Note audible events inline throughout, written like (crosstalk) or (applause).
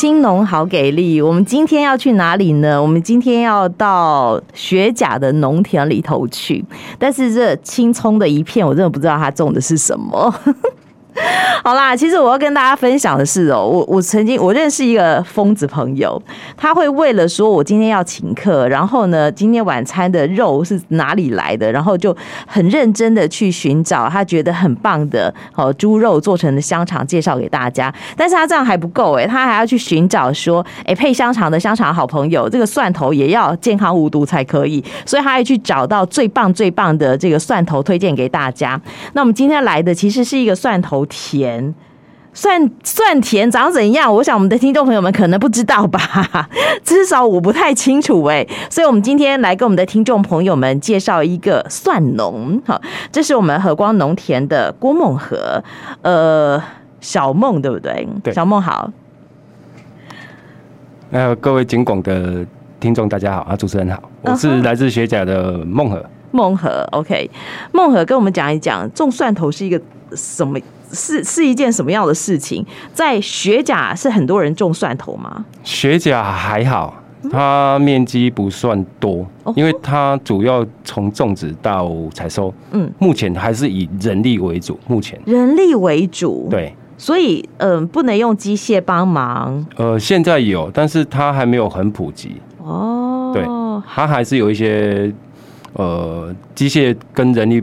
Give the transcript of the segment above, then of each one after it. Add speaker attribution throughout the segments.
Speaker 1: 青农好给力！我们今天要去哪里呢？我们今天要到学甲的农田里头去，但是这青葱的一片，我真的不知道它种的是什么。 (laughs) 好啦，其实我要跟大家分享的是哦，我我曾经我认识一个疯子朋友，他会为了说我今天要请客，然后呢，今天晚餐的肉是哪里来的，然后就很认真的去寻找他觉得很棒的哦猪肉做成的香肠介绍给大家。但是他这样还不够诶，他还要去寻找说，诶，配香肠的香肠好朋友，这个蒜头也要健康无毒才可以，所以他还去找到最棒最棒的这个蒜头推荐给大家。那我们今天来的其实是一个蒜头甜。蒜蒜甜长怎样？我想我们的听众朋友们可能不知道吧，至少我不太清楚哎、所以，我们今天来跟我们的听众朋友们介绍一个蒜农，好，这是我们和光农田的郭梦和，呃，小梦对不对？
Speaker 2: 对
Speaker 1: 小梦好，
Speaker 2: 呃，各位警广的听众大家好啊，主持人好，我
Speaker 1: 嗯
Speaker 2: 是
Speaker 1: 哼
Speaker 2: 来自学甲的梦和。
Speaker 1: 梦和，OK，梦和跟我们讲一讲种蒜头是一个什么，是是一件什么样的事情？在学甲是很多人种蒜头吗？
Speaker 2: 学甲还好，它面积不算多
Speaker 1: 嗯哦吼，
Speaker 2: 因为它主要从种植到采收，
Speaker 1: 嗯，
Speaker 2: 目前还是以人力为主。目前
Speaker 1: 人力为主，，
Speaker 2: 对，
Speaker 1: 所以嗯、不能用机械帮忙
Speaker 2: 呃，现在有，但是它还没有很普及，
Speaker 1: 哦。
Speaker 2: 对它还是有一些呃机械跟人力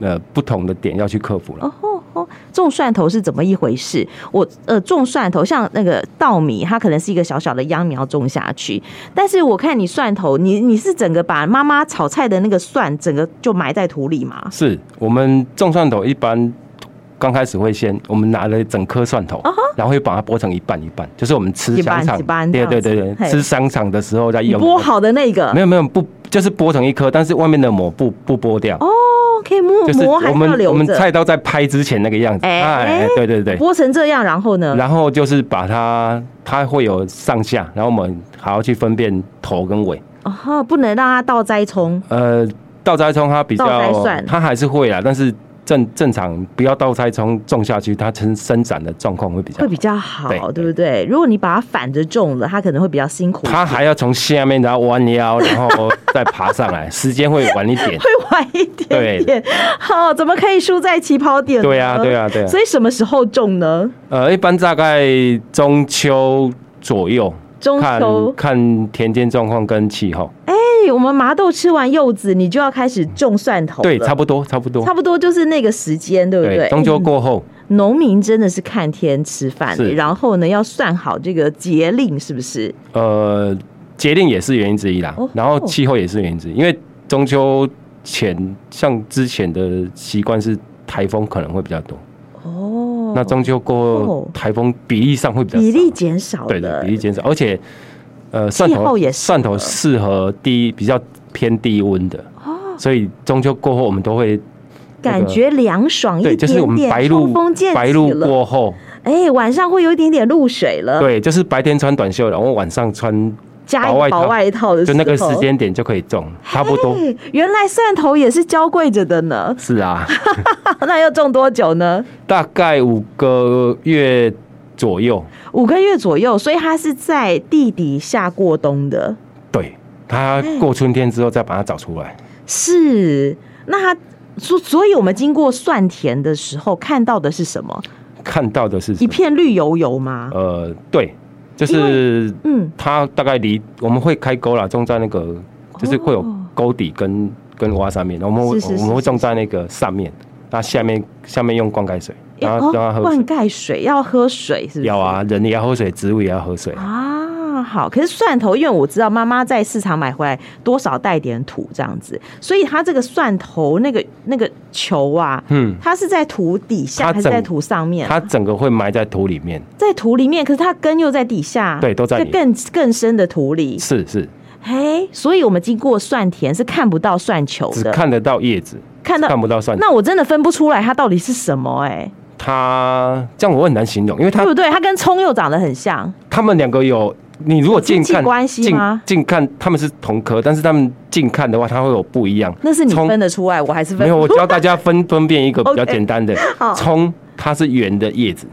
Speaker 2: 呃不同的点要去克服了。
Speaker 1: 哦吼吼，种蒜头是怎么一回事？我呃，种蒜头像那个稻米，它可能是一个小小的秧苗种下去，但是我看你蒜头，你你是整个把妈妈炒菜的那个蒜整个就埋在土里嘛？
Speaker 2: 是我们种蒜头一般刚开始会先，我们拿了整颗蒜头然后会把它剥成一半一半，就是我们吃
Speaker 1: 一半
Speaker 2: 香肠
Speaker 1: 哦一半，这
Speaker 2: 对
Speaker 1: 样子
Speaker 2: 对对对，
Speaker 1: 嘿
Speaker 2: 吃香肠的时候再
Speaker 1: 你
Speaker 2: 用。
Speaker 1: 剥好的那个
Speaker 2: 没有没有不，就是剥成一颗，但是外面的膜不不剥掉，
Speaker 1: 哦，可以摸
Speaker 2: 就是
Speaker 1: 摸还是要
Speaker 2: 我们我
Speaker 1: 留
Speaker 2: 们
Speaker 1: 着，
Speaker 2: 菜刀在拍之前那个样子。
Speaker 1: 哎
Speaker 2: 哎，对对对。
Speaker 1: 剥成这样，然后呢？
Speaker 2: 然后就是把它，它会有上下，然后我们还要去分辨头跟尾。
Speaker 1: 哦，不能让它倒栽葱。
Speaker 2: 呃，倒栽葱它比
Speaker 1: 倒栽
Speaker 2: 较
Speaker 1: 蒜，
Speaker 2: 它还是会啦，但是正正常不要倒栽葱种下去，它生生长的状况会比较
Speaker 1: 会
Speaker 2: 好。
Speaker 1: 比较好，
Speaker 2: 对
Speaker 1: 对不对？如果你把它反着种了，它可能会比较辛苦一点，
Speaker 2: 它还要从下面然后弯腰，然后再爬上
Speaker 1: (laughs)
Speaker 2: 来，时间会晚一点。
Speaker 1: 会晚一点点。好、怎么可以输在起跑点呢？
Speaker 2: 对啊，对啊，对啊。
Speaker 1: 所以什么时候种呢？
Speaker 2: 呃，一般大概中秋左右，
Speaker 1: 中
Speaker 2: 看
Speaker 1: 秋，
Speaker 2: 看田间状况跟气候，
Speaker 1: 哎，我们麻豆吃完柚子，你就要开始种蒜头了
Speaker 2: 对，差不多，差不多
Speaker 1: 差。不多就是那个时间，对不对？
Speaker 2: 中秋过后，
Speaker 1: 农民真的是看天吃饭
Speaker 2: 是，
Speaker 1: 然后呢要算好这个节令，是不是？
Speaker 2: 呃，节令也是原因之一啦
Speaker 1: 哦，
Speaker 2: 然后气候也是原因之一，因为中秋前像之前的习惯是台风可能会比较多，
Speaker 1: 哦，
Speaker 2: 那中秋过
Speaker 1: 哦
Speaker 2: 后台风比例上会比较
Speaker 1: 比例
Speaker 2: 少，
Speaker 1: 减少了，
Speaker 2: 对的，比例减少，而且呃，蒜
Speaker 1: 气候
Speaker 2: 头
Speaker 1: 也适合
Speaker 2: 蒜头适合低比较偏低温的，
Speaker 1: 哦
Speaker 2: 所以中秋过后我们都会
Speaker 1: 感觉凉爽一
Speaker 2: 对，
Speaker 1: 点
Speaker 2: 就
Speaker 1: 点，
Speaker 2: 是我们白露
Speaker 1: 秋风渐起
Speaker 2: 白露
Speaker 1: 了，呃
Speaker 2: 过后，
Speaker 1: 哎，晚上会有一点点露水了，，
Speaker 2: 对，就是白天穿短袖，然后晚上穿
Speaker 1: 加一个薄
Speaker 2: 薄
Speaker 1: 外
Speaker 2: 外
Speaker 1: 套的
Speaker 2: 就那个
Speaker 1: 候
Speaker 2: 时。间点就可以种，差不多。
Speaker 1: 哎原来蒜头也是交贵着的呢， (laughs)
Speaker 2: 是啊，
Speaker 1: 那要种多久呢？
Speaker 2: 大概五个月左右，
Speaker 1: 五个月左右，所以它是在地底下过冬的。
Speaker 2: 对，它过春天之后再把它找出来。
Speaker 1: 是，那它所所以我们经过蒜田的时候看到的是什么？
Speaker 2: 看到的是什
Speaker 1: 一
Speaker 2: 么
Speaker 1: 片绿油油吗？
Speaker 2: 呃，对，就
Speaker 1: 因
Speaker 2: 是
Speaker 1: 嗯，
Speaker 2: 它大概离我们会开沟啦，种在那个就是会有
Speaker 1: 哦
Speaker 2: 沟底跟跟挖上面，我们会
Speaker 1: 是是是
Speaker 2: 我们会
Speaker 1: 是
Speaker 2: 种在那个上面，那下面下面用灌溉水，然后
Speaker 1: 哦
Speaker 2: 让它喝水
Speaker 1: 灌。溉水要喝水是不是？
Speaker 2: 要啊，人也要喝水，植物也要喝水。
Speaker 1: 啊，好。可是蒜头，因为我知道妈妈在市场买回来多少带点土这样子，所以它这个蒜头那个那个球啊，
Speaker 2: 嗯，
Speaker 1: 它是在土底下
Speaker 2: 它
Speaker 1: 还是在
Speaker 2: 整
Speaker 1: 土上面？
Speaker 2: 它整个会埋在土里面。
Speaker 1: 在土里面，可是它根又在底下，
Speaker 2: 对都在里面
Speaker 1: 更更深的土里。
Speaker 2: 是是，
Speaker 1: 嘿，所以我们经过蒜田是看不到蒜球
Speaker 2: 只
Speaker 1: 的，
Speaker 2: 看得到叶子，
Speaker 1: 看到
Speaker 2: 看不到蒜。
Speaker 1: 那我真的分不出来它到底是什么哎、
Speaker 2: 它这样我很难形容，因为它
Speaker 1: 对不对？它跟葱又长得很像，
Speaker 2: 它们两个有，你如果近
Speaker 1: 亲戚
Speaker 2: 看
Speaker 1: 关系
Speaker 2: 近
Speaker 1: 吗
Speaker 2: 近看他们是同科，但是他们近看的话，它会有不一样。
Speaker 1: 那是你
Speaker 2: 葱
Speaker 1: 分得出来，我还是分
Speaker 2: (laughs) 没有，我教大家分分辨一个比较
Speaker 1: OK，
Speaker 2: 简单的
Speaker 1: 好
Speaker 2: 葱，它是圆的叶子，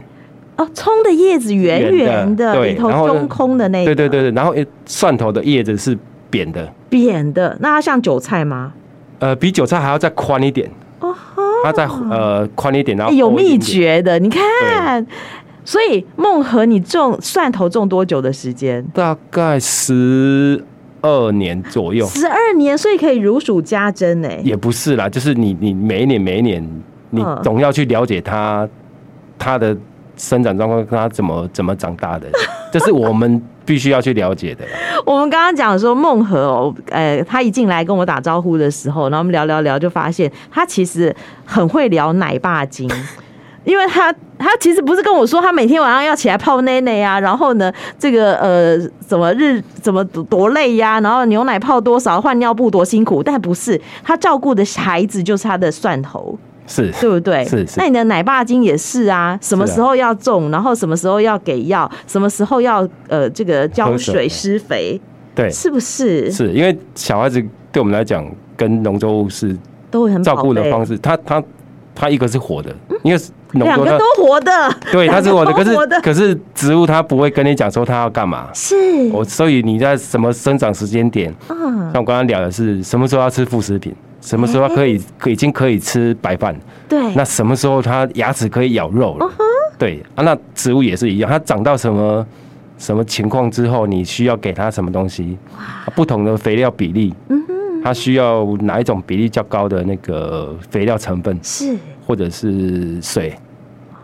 Speaker 1: 哦，葱的叶子圆圆
Speaker 2: 圆的
Speaker 1: 的，
Speaker 2: 对
Speaker 1: 里头
Speaker 2: 然后
Speaker 1: 中空的那个
Speaker 2: 对对对对，然后诶蒜头的叶子是扁的，
Speaker 1: 扁的，那它像韭菜吗？
Speaker 2: 呃，比韭菜还要再宽一点，
Speaker 1: 哦吼，
Speaker 2: 它再呃宽一点，然后
Speaker 1: 哎有
Speaker 2: 厚一点
Speaker 1: 秘
Speaker 2: 点。
Speaker 1: 诀的，你看。所以梦和你种蒜头种多久的时间？
Speaker 2: 大概十二年左右，
Speaker 1: 十二年，所以可以如数家珍哎。
Speaker 2: 也不是啦，就是你你每一年每一年，你
Speaker 1: 嗯
Speaker 2: 总要去了解它它的生长状况，它怎么怎么
Speaker 1: (laughs)
Speaker 2: 长大的，这是我们必须要去了解的啦。
Speaker 1: 我们刚刚讲说梦和哦，呃，他一进来跟我打招呼的时候，然后我们聊聊聊，就发现他其实很会聊奶爸经。 (laughs) 因为他他其实不是跟我说他每天晚上要起来泡奶奶啊，然后呢，这个呃怎么日怎么多多累呀、然后牛奶泡多少，换尿布多辛苦，但不是他照顾的孩子就是他的蒜头，
Speaker 2: 是
Speaker 1: 对不对？
Speaker 2: 是是
Speaker 1: 那你的奶爸精也是啊，什么时候要种，然后什么时候要给药，什么时候要呃这个浇
Speaker 2: 喝水
Speaker 1: 水施肥，
Speaker 2: 对，
Speaker 1: 是不是？
Speaker 2: 是因为小孩子对我们来讲，跟农作物是
Speaker 1: 都会很
Speaker 2: 照顾的
Speaker 1: 宝贝嗯
Speaker 2: 方式，它它它一个是活的，因为农
Speaker 1: 两
Speaker 2: 作物
Speaker 1: 个
Speaker 2: 它
Speaker 1: 都活的，
Speaker 2: 对它
Speaker 1: 两个
Speaker 2: 是活的，
Speaker 1: 都
Speaker 2: 可
Speaker 1: 活的
Speaker 2: 是可是植物它不会跟你讲说它要干嘛。
Speaker 1: 是
Speaker 2: 我所以你在什么生长时间点，
Speaker 1: 嗯，
Speaker 2: 像我刚刚聊的是什么时候要吃副食品，什么时候
Speaker 1: 嗯
Speaker 2: 可以可已经可以吃白饭，
Speaker 1: 对，
Speaker 2: 那什么时候它牙齿可以咬肉
Speaker 1: 嗯
Speaker 2: 了？对啊，那植物也是一样，它长到什么什么情况之后，你需要给它什么东西，啊不同的肥料比例，
Speaker 1: 嗯
Speaker 2: 它需要哪一种比例较高的那个肥料成分
Speaker 1: 是
Speaker 2: 或者是水，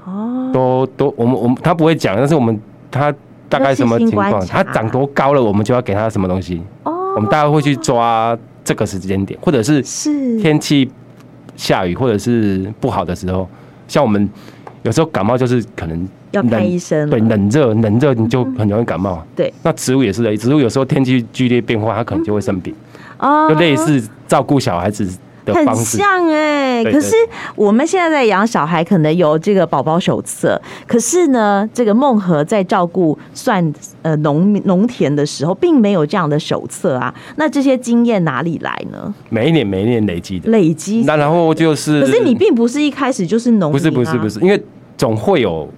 Speaker 1: 哦，
Speaker 2: 都都我们我们它不会讲，但是我们它大概什么情
Speaker 1: 都
Speaker 2: 况，
Speaker 1: 细心
Speaker 2: 它
Speaker 1: 观察
Speaker 2: 长多高了，我们就要给它什么东西。
Speaker 1: 哦
Speaker 2: 我们大概会去抓这个时间点，或者是
Speaker 1: 是
Speaker 2: 天气下雨或者是不好的时候，像我们有时候感冒就是可能
Speaker 1: 要
Speaker 2: 冷
Speaker 1: 看医生了嗯
Speaker 2: 对，冷热冷热你就很容易感冒。
Speaker 1: 对
Speaker 2: 那植物也是的，植物有时候天气剧烈变化，它可能就会生病，
Speaker 1: 哦
Speaker 2: 就类似照顾小孩子的
Speaker 1: 很
Speaker 2: 方式。
Speaker 1: 像哎、
Speaker 2: 对
Speaker 1: 可
Speaker 2: 对
Speaker 1: 是我们现在在养小孩，可能有这个宝宝手册，可是呢，这个梦和在照顾算呃农民农田的时候，并没有这样的手册啊。那这些经验哪里来呢？
Speaker 2: 每一年每一年累积的。
Speaker 1: 累积。
Speaker 2: 那然后就是，
Speaker 1: 可是你并不是一开始就是农民、啊，
Speaker 2: 不是不是不是，因为总会有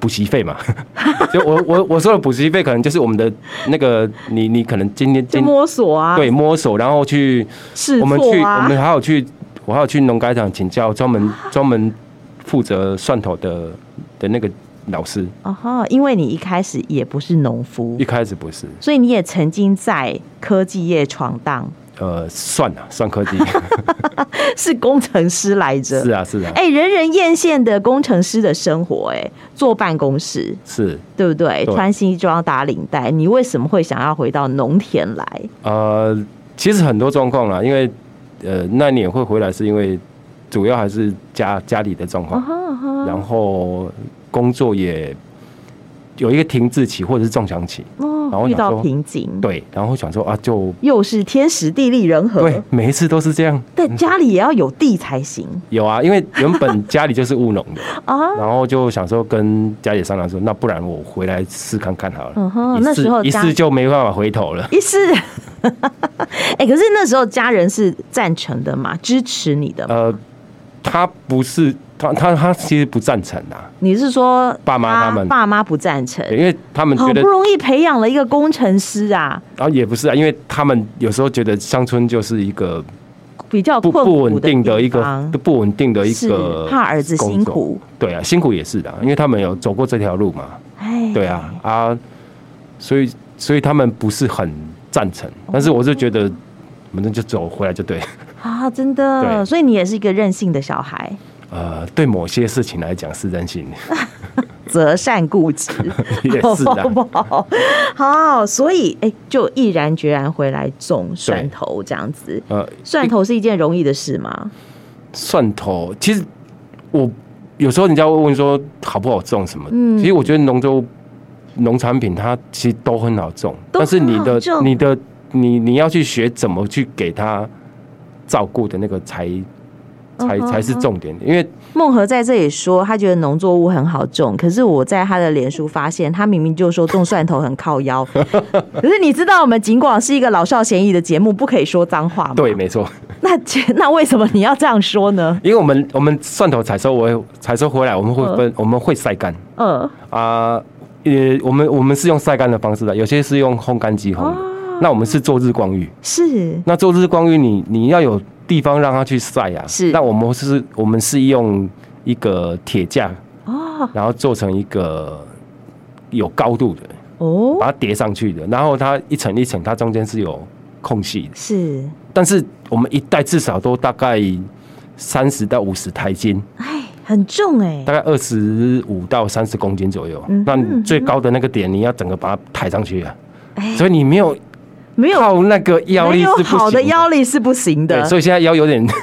Speaker 2: 补习费嘛。 (laughs) 就我我我说的补习费，可能就是我们的那个你你可能今天
Speaker 1: 就
Speaker 2: 今
Speaker 1: 摸索啊，
Speaker 2: 对摸索，然后去
Speaker 1: 试
Speaker 2: 我们
Speaker 1: 错
Speaker 2: 去我
Speaker 1: 啊，
Speaker 2: 们还有去我还有去农改场请教专门专门负责蒜头的的那个老师，
Speaker 1: 哦哈，因为你一开始也不是农夫
Speaker 2: 一，开始不是
Speaker 1: 所以你也曾经在科技业闯荡，
Speaker 2: 呃蒜啊蒜科技
Speaker 1: (laughs) 是工程师来着。
Speaker 2: 是啊是啊
Speaker 1: 哎、人人艳羡的工程师的生活、哎，坐办公室，
Speaker 2: 是
Speaker 1: 对不对？
Speaker 2: 对
Speaker 1: 穿西装打领带，你为什么会想要回到农田来？
Speaker 2: 呃其实很多状况啦，因为呃那年会回来是因为主要还是家家里的状况
Speaker 1: 啊。哈啊哈
Speaker 2: 然后工作也有一个停滞期或者是撞墙期，然
Speaker 1: 哦，
Speaker 2: 后
Speaker 1: 遇
Speaker 2: 想
Speaker 1: 到
Speaker 2: 说
Speaker 1: 瓶颈，，
Speaker 2: 对，然后想说啊，就
Speaker 1: 又是天时地利人和，
Speaker 2: 对，嗯每一次都是这样，
Speaker 1: 但家里也要有地才行
Speaker 2: 有啊，因为原本家里就是务农的，
Speaker 1: (laughs) 啊。
Speaker 2: 然后就想说跟家里商量说，那不然我回来试看看好了，
Speaker 1: 嗯哼
Speaker 2: 一
Speaker 1: 那
Speaker 2: 试
Speaker 1: 时候
Speaker 2: 一
Speaker 1: 家
Speaker 2: 试就没办法回头了，
Speaker 1: 一是， (laughs) 哎、可是那时候家人是赞成的嘛，支持你的嘛。
Speaker 2: 呃，他不是他他他其实不赞成啊，
Speaker 1: 你是说
Speaker 2: 爸妈他们
Speaker 1: 爸妈不赞成？
Speaker 2: 对因为他们
Speaker 1: 呃好
Speaker 2: 觉得
Speaker 1: 不容易培养了一个工程师啊，
Speaker 2: 然后也不是啊，因为他们有时候觉得乡村就是一个
Speaker 1: 比较
Speaker 2: 不
Speaker 1: 困
Speaker 2: 不
Speaker 1: 苦
Speaker 2: 稳定的一
Speaker 1: 地
Speaker 2: 个
Speaker 1: 方
Speaker 2: 不稳定的一
Speaker 1: 是
Speaker 2: 个
Speaker 1: 怕儿子辛
Speaker 2: 工作
Speaker 1: 苦，
Speaker 2: 对啊，辛苦也是的，因为他们有走过这条路嘛，
Speaker 1: 哎，
Speaker 2: 对啊啊，所以所以他们不是很赞成，
Speaker 1: 哦
Speaker 2: 但是我是觉得，反正就走回来就对，
Speaker 1: 啊，真的，
Speaker 2: 对
Speaker 1: 所以你也是一个任性的小孩，
Speaker 2: 呃，对某些事情来讲是任性， (laughs)
Speaker 1: 择善固执，
Speaker 2: 也是
Speaker 1: 好
Speaker 2: 啊的
Speaker 1: 不好？ (laughs) 好，所以哎、就毅然决然回来种蒜头这样子。
Speaker 2: 呃，
Speaker 1: 蒜头是一件容易的事吗？
Speaker 2: 蒜头其实我有时候人家会问说好不好种什么，
Speaker 1: 嗯
Speaker 2: 其实我觉得农州农产品它其实都很好种，
Speaker 1: 都
Speaker 2: 但是你
Speaker 1: 很好
Speaker 2: 的
Speaker 1: 种
Speaker 2: 你的你你要去学怎么去给它照顾的那个才才
Speaker 1: 嗯哼
Speaker 2: 才是重点，因为
Speaker 1: 梦和在这里说，他觉得农作物很好种，可是我在他的脸书发现，他明明就说种蒜头很靠
Speaker 2: (laughs)
Speaker 1: 腰。可是你知道，我们尽管是一个老少咸宜的节目，不可以说脏话吗？
Speaker 2: 对，。没错，
Speaker 1: 那那为什么你要这样说
Speaker 2: (laughs)
Speaker 1: 呢？
Speaker 2: 因为我们我们蒜头采收，我会采收回来，我们会分，我们会晒干
Speaker 1: 嗯，
Speaker 2: 啊，呃，我们我们是用晒干的方式的，有些是用烘干机烘的，那我们是做日光浴，
Speaker 1: 是
Speaker 2: 那做日光浴你你要有地方让它去晒啊，
Speaker 1: 是
Speaker 2: 那我们是我们是用一个铁架，
Speaker 1: 哦
Speaker 2: 然后做成一个有高度的，
Speaker 1: 哦，
Speaker 2: 把它叠上去的，然后它一层一层，它中间是有空隙的。
Speaker 1: 是
Speaker 2: 但是我们一袋至少都大概三十到五十台斤，
Speaker 1: 哎，很重哎、
Speaker 2: 大概二十五到三十公斤左右。
Speaker 1: 嗯
Speaker 2: 那你最高的那个点，你要整个把它抬上去啊，
Speaker 1: 哎，
Speaker 2: 所以你没有
Speaker 1: 没有
Speaker 2: 靠那个腰
Speaker 1: 没
Speaker 2: 力
Speaker 1: 有
Speaker 2: 是不行
Speaker 1: 好的腰力是不行的
Speaker 2: 对，所以现在腰
Speaker 1: (laughs)
Speaker 2: 有点
Speaker 1: 啊！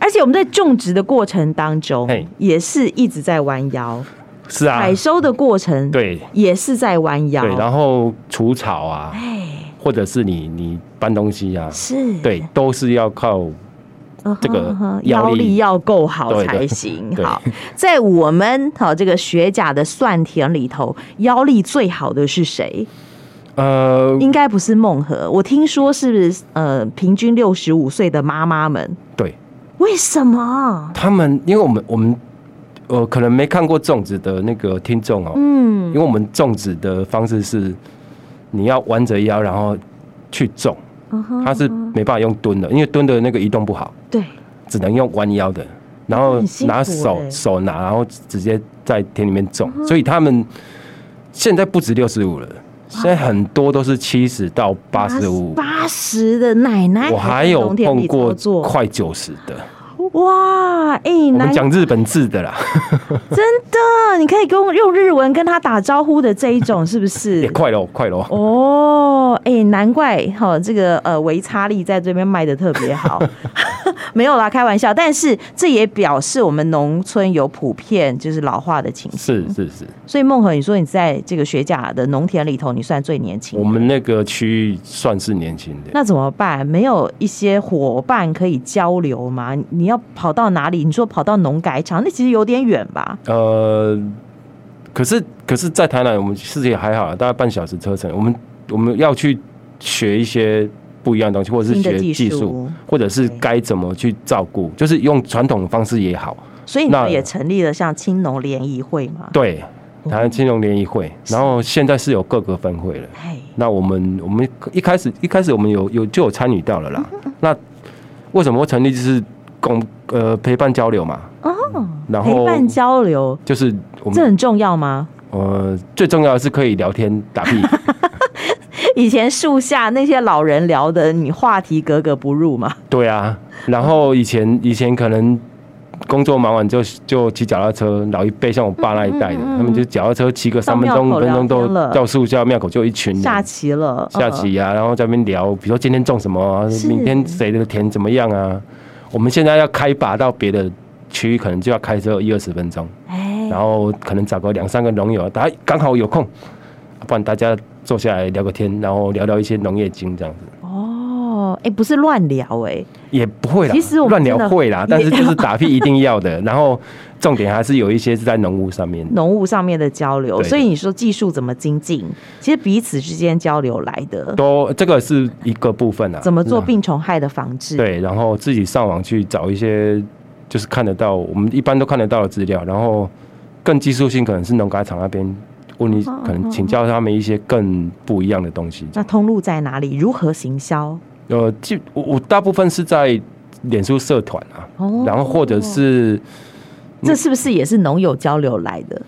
Speaker 1: 而且我们在种植的过程当中
Speaker 2: 嘿，
Speaker 1: 也是一直在弯腰，
Speaker 2: 是啊
Speaker 1: 采，收的过程
Speaker 2: 对
Speaker 1: 也是在弯腰，
Speaker 2: 对，然后除草啊，
Speaker 1: 哎，
Speaker 2: 或者是你你搬东西啊，
Speaker 1: 是，
Speaker 2: 对，都是要靠
Speaker 1: 嗯哼，
Speaker 2: 这个
Speaker 1: 嗯哼
Speaker 2: 腰
Speaker 1: 腰
Speaker 2: 力
Speaker 1: 力要够好
Speaker 2: 对
Speaker 1: 才
Speaker 2: 对
Speaker 1: 行。
Speaker 2: 对
Speaker 1: 好，在我们好这个学甲的蒜田里头，腰力最好的是谁？
Speaker 2: 呃，
Speaker 1: 应该不是梦和，我听说是呃，平均六十五岁的妈妈们，
Speaker 2: 对
Speaker 1: 为什么？
Speaker 2: 他们，因为我们我们呃可能没看过粽子的那个听众哦，因
Speaker 1: 嗯
Speaker 2: 为我们种植的方式是你要弯着腰，然后去种，
Speaker 1: 嗯哼，
Speaker 2: 它是没办法用蹲的，因为蹲的那个移动不好，
Speaker 1: 对，
Speaker 2: 只能用弯腰的，然后
Speaker 1: 很辛苦
Speaker 2: 拿手
Speaker 1: 欸嗯
Speaker 2: 手拿，然后直接在田里面种，所以他们现在不止六十五了，现在很多都是七十到八十五。
Speaker 1: 八十的奶奶，
Speaker 2: 我还有碰过
Speaker 1: 做
Speaker 2: 快九十的，
Speaker 1: 哇，哎、
Speaker 2: 我
Speaker 1: 难
Speaker 2: 们讲日本字的啦，
Speaker 1: 真的，你可以跟我用日文跟他打招呼的这一种，是不
Speaker 2: 也 (laughs)
Speaker 1: 是？
Speaker 2: 快喽，快喽。
Speaker 1: 哦，哎、难怪哈、这个呃维差利在这边卖的特别好， (laughs) 没有啦，开玩笑。但是这也表示我们农村有普遍就是老化的情形。
Speaker 2: 是是是，
Speaker 1: 所以梦和，你说你在这个学甲的农田里头，你算最年轻
Speaker 2: 我
Speaker 1: 的，
Speaker 2: 们那个区域算是年轻的。
Speaker 1: 那怎么办？没有一些伙伴可以交流吗？你要跑到哪里？你说跑到农改场，那其实有点远吧？
Speaker 2: 呃，可是可是，在台南我们其实也还好，啊大概半小时车程。我们我们要去学一些不一样的东西，或者是
Speaker 1: 新的
Speaker 2: 学技
Speaker 1: 技
Speaker 2: 术
Speaker 1: 术，
Speaker 2: 或者是该怎么去照顾，就是用传统的方式也好。
Speaker 1: 所以你们
Speaker 2: 那
Speaker 1: 也成立了像青农联谊会嘛？
Speaker 2: 对，台南青龙联谊会，然后现哦在是有各个分会了。
Speaker 1: 哎，
Speaker 2: 那我们我们一开始一开始我们有有就有参与到了啦。
Speaker 1: 嗯
Speaker 2: 那为什么会成立？就是共呃陪伴交流嘛，
Speaker 1: 哦，
Speaker 2: 然后
Speaker 1: 陪伴交流，
Speaker 2: 就是我
Speaker 1: 这
Speaker 2: 们
Speaker 1: 很重要吗？
Speaker 2: 呃最重要的是可以聊天
Speaker 1: (laughs)
Speaker 2: 打屁。
Speaker 1: 以前树下那些老人聊的，你话题格格不入嘛？
Speaker 2: 对啊，然后以前以前可能工作忙完就就骑脚踏车，老一辈像我爸那一代的，
Speaker 1: 嗯嗯嗯嗯
Speaker 2: 他们就脚踏车骑个三分
Speaker 1: 到
Speaker 2: 钟
Speaker 1: 庙口
Speaker 2: 五分钟
Speaker 1: 聊
Speaker 2: 都
Speaker 1: 天了
Speaker 2: 到树下庙口就一群人
Speaker 1: 下棋了，
Speaker 2: 嗯下棋啊，然后在那边聊，比如说今天种什么啊、
Speaker 1: 嗯是
Speaker 2: 明天谁的田怎么样啊。我们现在要开拔到别的区域，可能就要开车一二十分钟，
Speaker 1: 嗯，
Speaker 2: 然
Speaker 1: 哎，
Speaker 2: 后可能找个两三个农友，大家刚好有空，啊不然大家坐下来聊个天，然后聊聊一些农业经这样子。
Speaker 1: 哦，哎，不是乱聊，哎，
Speaker 2: 也不会啦，
Speaker 1: 其实我们
Speaker 2: 乱
Speaker 1: 真的
Speaker 2: 聊会啦
Speaker 1: 也，
Speaker 2: 但是就是打屁一定要的。 (laughs) 然后重点还是有一些是在农务上面，
Speaker 1: 农务上面的交流，
Speaker 2: 对对
Speaker 1: 所以你说技术怎么精进，其实彼此之间交流来的，
Speaker 2: 都这个是一个部分啊。
Speaker 1: 怎么做
Speaker 2: 嗯？
Speaker 1: 病虫害的防治？，
Speaker 2: 对，然后自己上网去找一些就是看得到，我们一般都看得到的资料，然后更技术性可能是农改场那边问你，
Speaker 1: 嗯
Speaker 2: 可能请教他们一些更不一样的东西。
Speaker 1: 那通路在哪里？如何行销？
Speaker 2: 呃，基我我大部分是在脸书社团啊，
Speaker 1: 哦
Speaker 2: 然后或者是嗯
Speaker 1: 这是不是也是农友交流来的？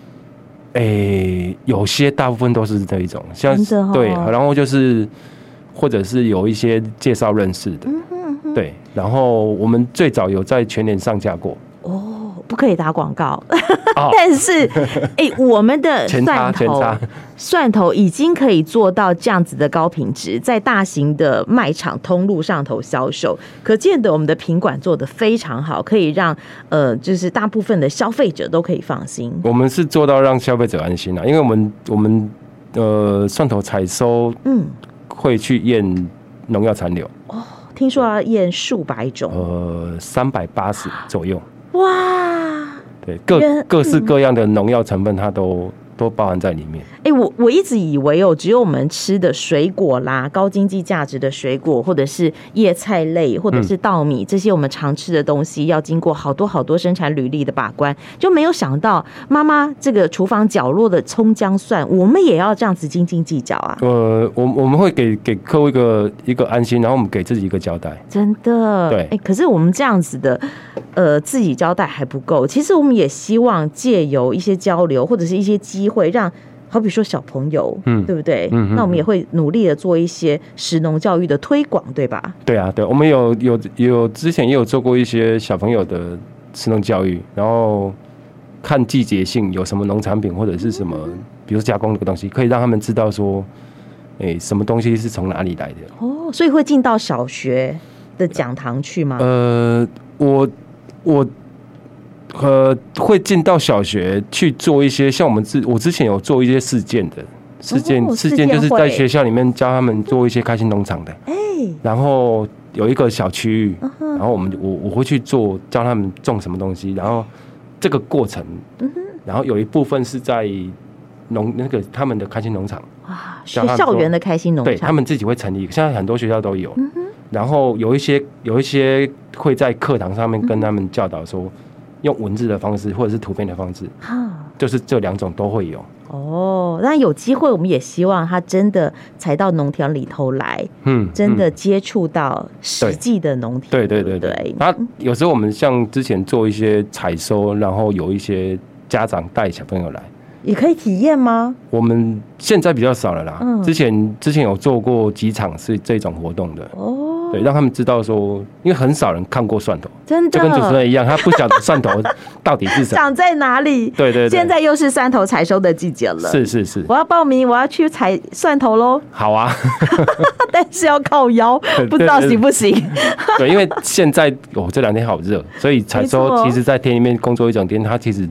Speaker 2: 诶、有些大部分都是这一种，像
Speaker 1: 真的哦
Speaker 2: 对，然后就是或者是有一些介绍认识的，
Speaker 1: 嗯
Speaker 2: 对，然后我们最早有在全年上架过，
Speaker 1: 哦，不可以打广告，
Speaker 2: 哦
Speaker 1: (laughs) 但是，哎、我们
Speaker 2: (laughs)
Speaker 1: 的
Speaker 2: 前插
Speaker 1: 蒜
Speaker 2: 前
Speaker 1: 头
Speaker 2: 插，
Speaker 1: 蒜头已经可以做到这样子的高品质，在大型的卖场通路上头销售，可见得我们的品管做得非常好，可以让呃，就是大部分的消费者都可以放心。
Speaker 2: 我们是做到让消费者安心啊，因为我们我们呃蒜头采收
Speaker 1: 嗯，
Speaker 2: 会去验农药残留，
Speaker 1: 听说要验数百种，
Speaker 2: 呃，三百八十左右。
Speaker 1: 哇！
Speaker 2: 对，各
Speaker 1: 原
Speaker 2: 各式各样的农药成分，它都都包含在里面。
Speaker 1: 哎、我我一直以为哦，只有我们吃的水果啦，高经济价值的水果，或者是叶菜类，或者是稻米、这些我们常吃的东西，要经过好多好多生产履历的把关，就没有想到妈妈这个厨房角落的葱姜蒜，我们也要这样子斤斤计较啊！
Speaker 2: 呃，我我们会给给客户一个一个安心，然后我们给自己一个交代。
Speaker 1: 真的，
Speaker 2: 对
Speaker 1: 哎、可是我们这样子的，呃，自己交代还不够。其实我们也希望借由一些交流或者是一些机会，让好比说小朋友，
Speaker 2: 嗯
Speaker 1: 对不对？
Speaker 2: 嗯嗯
Speaker 1: 那我们也会努力的做一些食农教育的推广，对吧？
Speaker 2: 对啊，对，我们有有有之前也有做过一些小朋友的吃农教育，然后看季节性有什么农产品或者是什么，
Speaker 1: 嗯
Speaker 2: 比如加工的东西，可以让他们知道说，诶，什么东西是从哪里来的。
Speaker 1: 哦，所以会进到小学的讲堂去吗？
Speaker 2: 呃，我我呃会进到小学去做一些像我们之我之前有做一些事件的事件、
Speaker 1: 哦
Speaker 2: 事
Speaker 1: 事
Speaker 2: 件
Speaker 1: 件
Speaker 2: 就是
Speaker 1: 会
Speaker 2: 在学校里面教他们做一些开心农场的，
Speaker 1: 哎、
Speaker 2: 然后有一个小区域，
Speaker 1: 嗯
Speaker 2: 然后我们我我会去做教他们种什么东西，然后这个过程，
Speaker 1: 嗯
Speaker 2: 然后有一部分是在农那个他们的开心农场。
Speaker 1: 哇，是
Speaker 2: 像他们
Speaker 1: 校
Speaker 2: 说
Speaker 1: 园的开心农
Speaker 2: 对他
Speaker 1: 场，嗯
Speaker 2: 们自己会成立一个，现在很多学校都有。然后有一些有一些会在课堂上面
Speaker 1: 嗯
Speaker 2: 跟他们教导说，用文字的方式或者是图片的方式，
Speaker 1: 哈。
Speaker 2: 就是这两种都会有。
Speaker 1: 哦，那有机会，我们也希望他真的才到农田里头来，
Speaker 2: 嗯，
Speaker 1: 真的
Speaker 2: 嗯。
Speaker 1: 接触到实
Speaker 2: 对
Speaker 1: 际的农田，
Speaker 2: 对对对
Speaker 1: 对
Speaker 2: 对
Speaker 1: 不，
Speaker 2: 那有时候我们像之前做一些采收，然后有一些家长带小朋友来，
Speaker 1: 也可以体验吗？
Speaker 2: 我们现在比较少了啦。
Speaker 1: 嗯
Speaker 2: 之前之前有做过几场是这种活动的，
Speaker 1: 哦，
Speaker 2: 对，让他们知道说，因为很少人看过蒜头，
Speaker 1: 真
Speaker 2: 就跟主持
Speaker 1: 的
Speaker 2: 人一样，他不晓得蒜头到底是什么。
Speaker 1: 长在哪里？
Speaker 2: 对对对，
Speaker 1: 现在又是蒜头采收的季节了，
Speaker 2: 是是是，
Speaker 1: 我要报名，我要去采蒜头喽，
Speaker 2: 好啊，
Speaker 1: (laughs)
Speaker 2: (laughs)
Speaker 1: 但是要靠腰，不知道行不行？
Speaker 2: 对，因为现在我、这两天好热，所以采
Speaker 1: 没
Speaker 2: 收
Speaker 1: 错
Speaker 2: 其实，在田里面工作一整天，它其实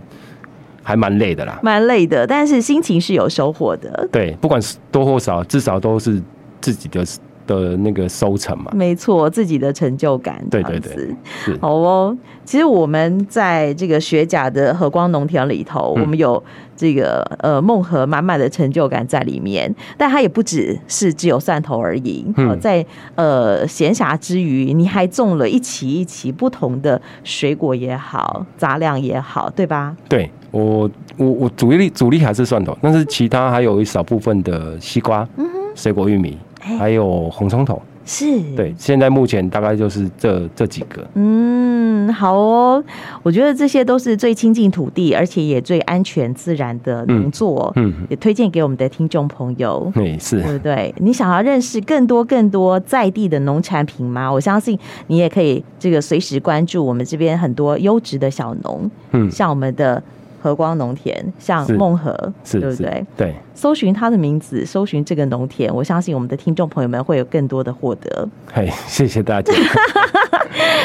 Speaker 2: 还蛮累的啦。
Speaker 1: 蛮累的，但是心情是有收获的，
Speaker 2: 对，不管是多或少，至少都是自己的的那个收成嘛。
Speaker 1: 没错，自己的成就感，
Speaker 2: 对对
Speaker 1: 这样子
Speaker 2: 对是
Speaker 1: 好哦，其实我们在这个学甲的和光农田里头，
Speaker 2: 嗯
Speaker 1: 我们有这个呃梦和满满的成就感在里面，但它也不只是只有蒜头而已。
Speaker 2: 嗯
Speaker 1: 呃在呃闲暇之余，你还种了一期一期不同的水果也好，杂粮也好，对吧？
Speaker 2: 对我我我主力主力还是蒜头，但是其他还有一少部分的西瓜、水果玉米，还有红葱头。
Speaker 1: 是，
Speaker 2: 对，现在目前大概就是这这几个。
Speaker 1: 嗯，好哦，我觉得这些都是最亲近土地，而且也最安全自然的农作，
Speaker 2: 嗯，
Speaker 1: 也推荐给我们的听众朋友。
Speaker 2: 对，是
Speaker 1: 对不对？你想要认识更多更多在地的农产品吗？我相信你也可以这个随时关注我们这边很多优质的小农，
Speaker 2: 嗯
Speaker 1: 像我们的和光农田，像
Speaker 2: 是
Speaker 1: 梦和，
Speaker 2: 是，
Speaker 1: 对不
Speaker 2: 是
Speaker 1: 对？？
Speaker 2: 对，
Speaker 1: 搜寻他的名字，搜寻这个农田，我相信我们的听众朋友们会有更多的获得。
Speaker 2: 嘿，谢谢
Speaker 1: (laughs)
Speaker 2: 大家。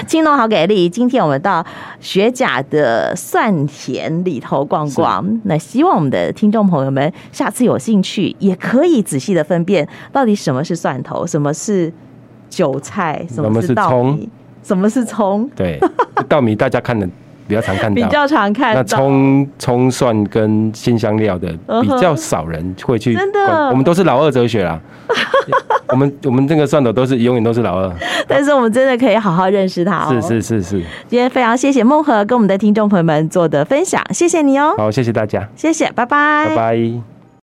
Speaker 1: 青农好给力！今天我们到学甲的蒜田里头逛逛，那希望我们的听众朋友们下次有兴趣，也可以仔细的分辨到底什么是蒜头，什么是韭菜，什么是稻米，什么是葱，
Speaker 2: 对，稻米大家看的比较常看
Speaker 1: 比
Speaker 2: 到，
Speaker 1: 较常看
Speaker 2: 那
Speaker 1: 到。
Speaker 2: 葱、葱蒜跟新香料的
Speaker 1: 嗯
Speaker 2: 比
Speaker 1: 哼
Speaker 2: 较少人会去
Speaker 1: 真
Speaker 2: 关，
Speaker 1: 的
Speaker 2: 我们都是老二
Speaker 1: (laughs)
Speaker 2: 哲学啦。我们我们这个蒜头都是永远都是老二，
Speaker 1: 但是我们真的可以好好认识它哦。
Speaker 2: 是是是是，
Speaker 1: 今天非常谢谢梦和跟我们的听众朋友们做的分享，谢谢你哦，
Speaker 2: 好，谢谢大家，
Speaker 1: 谢谢，拜拜
Speaker 2: 拜拜。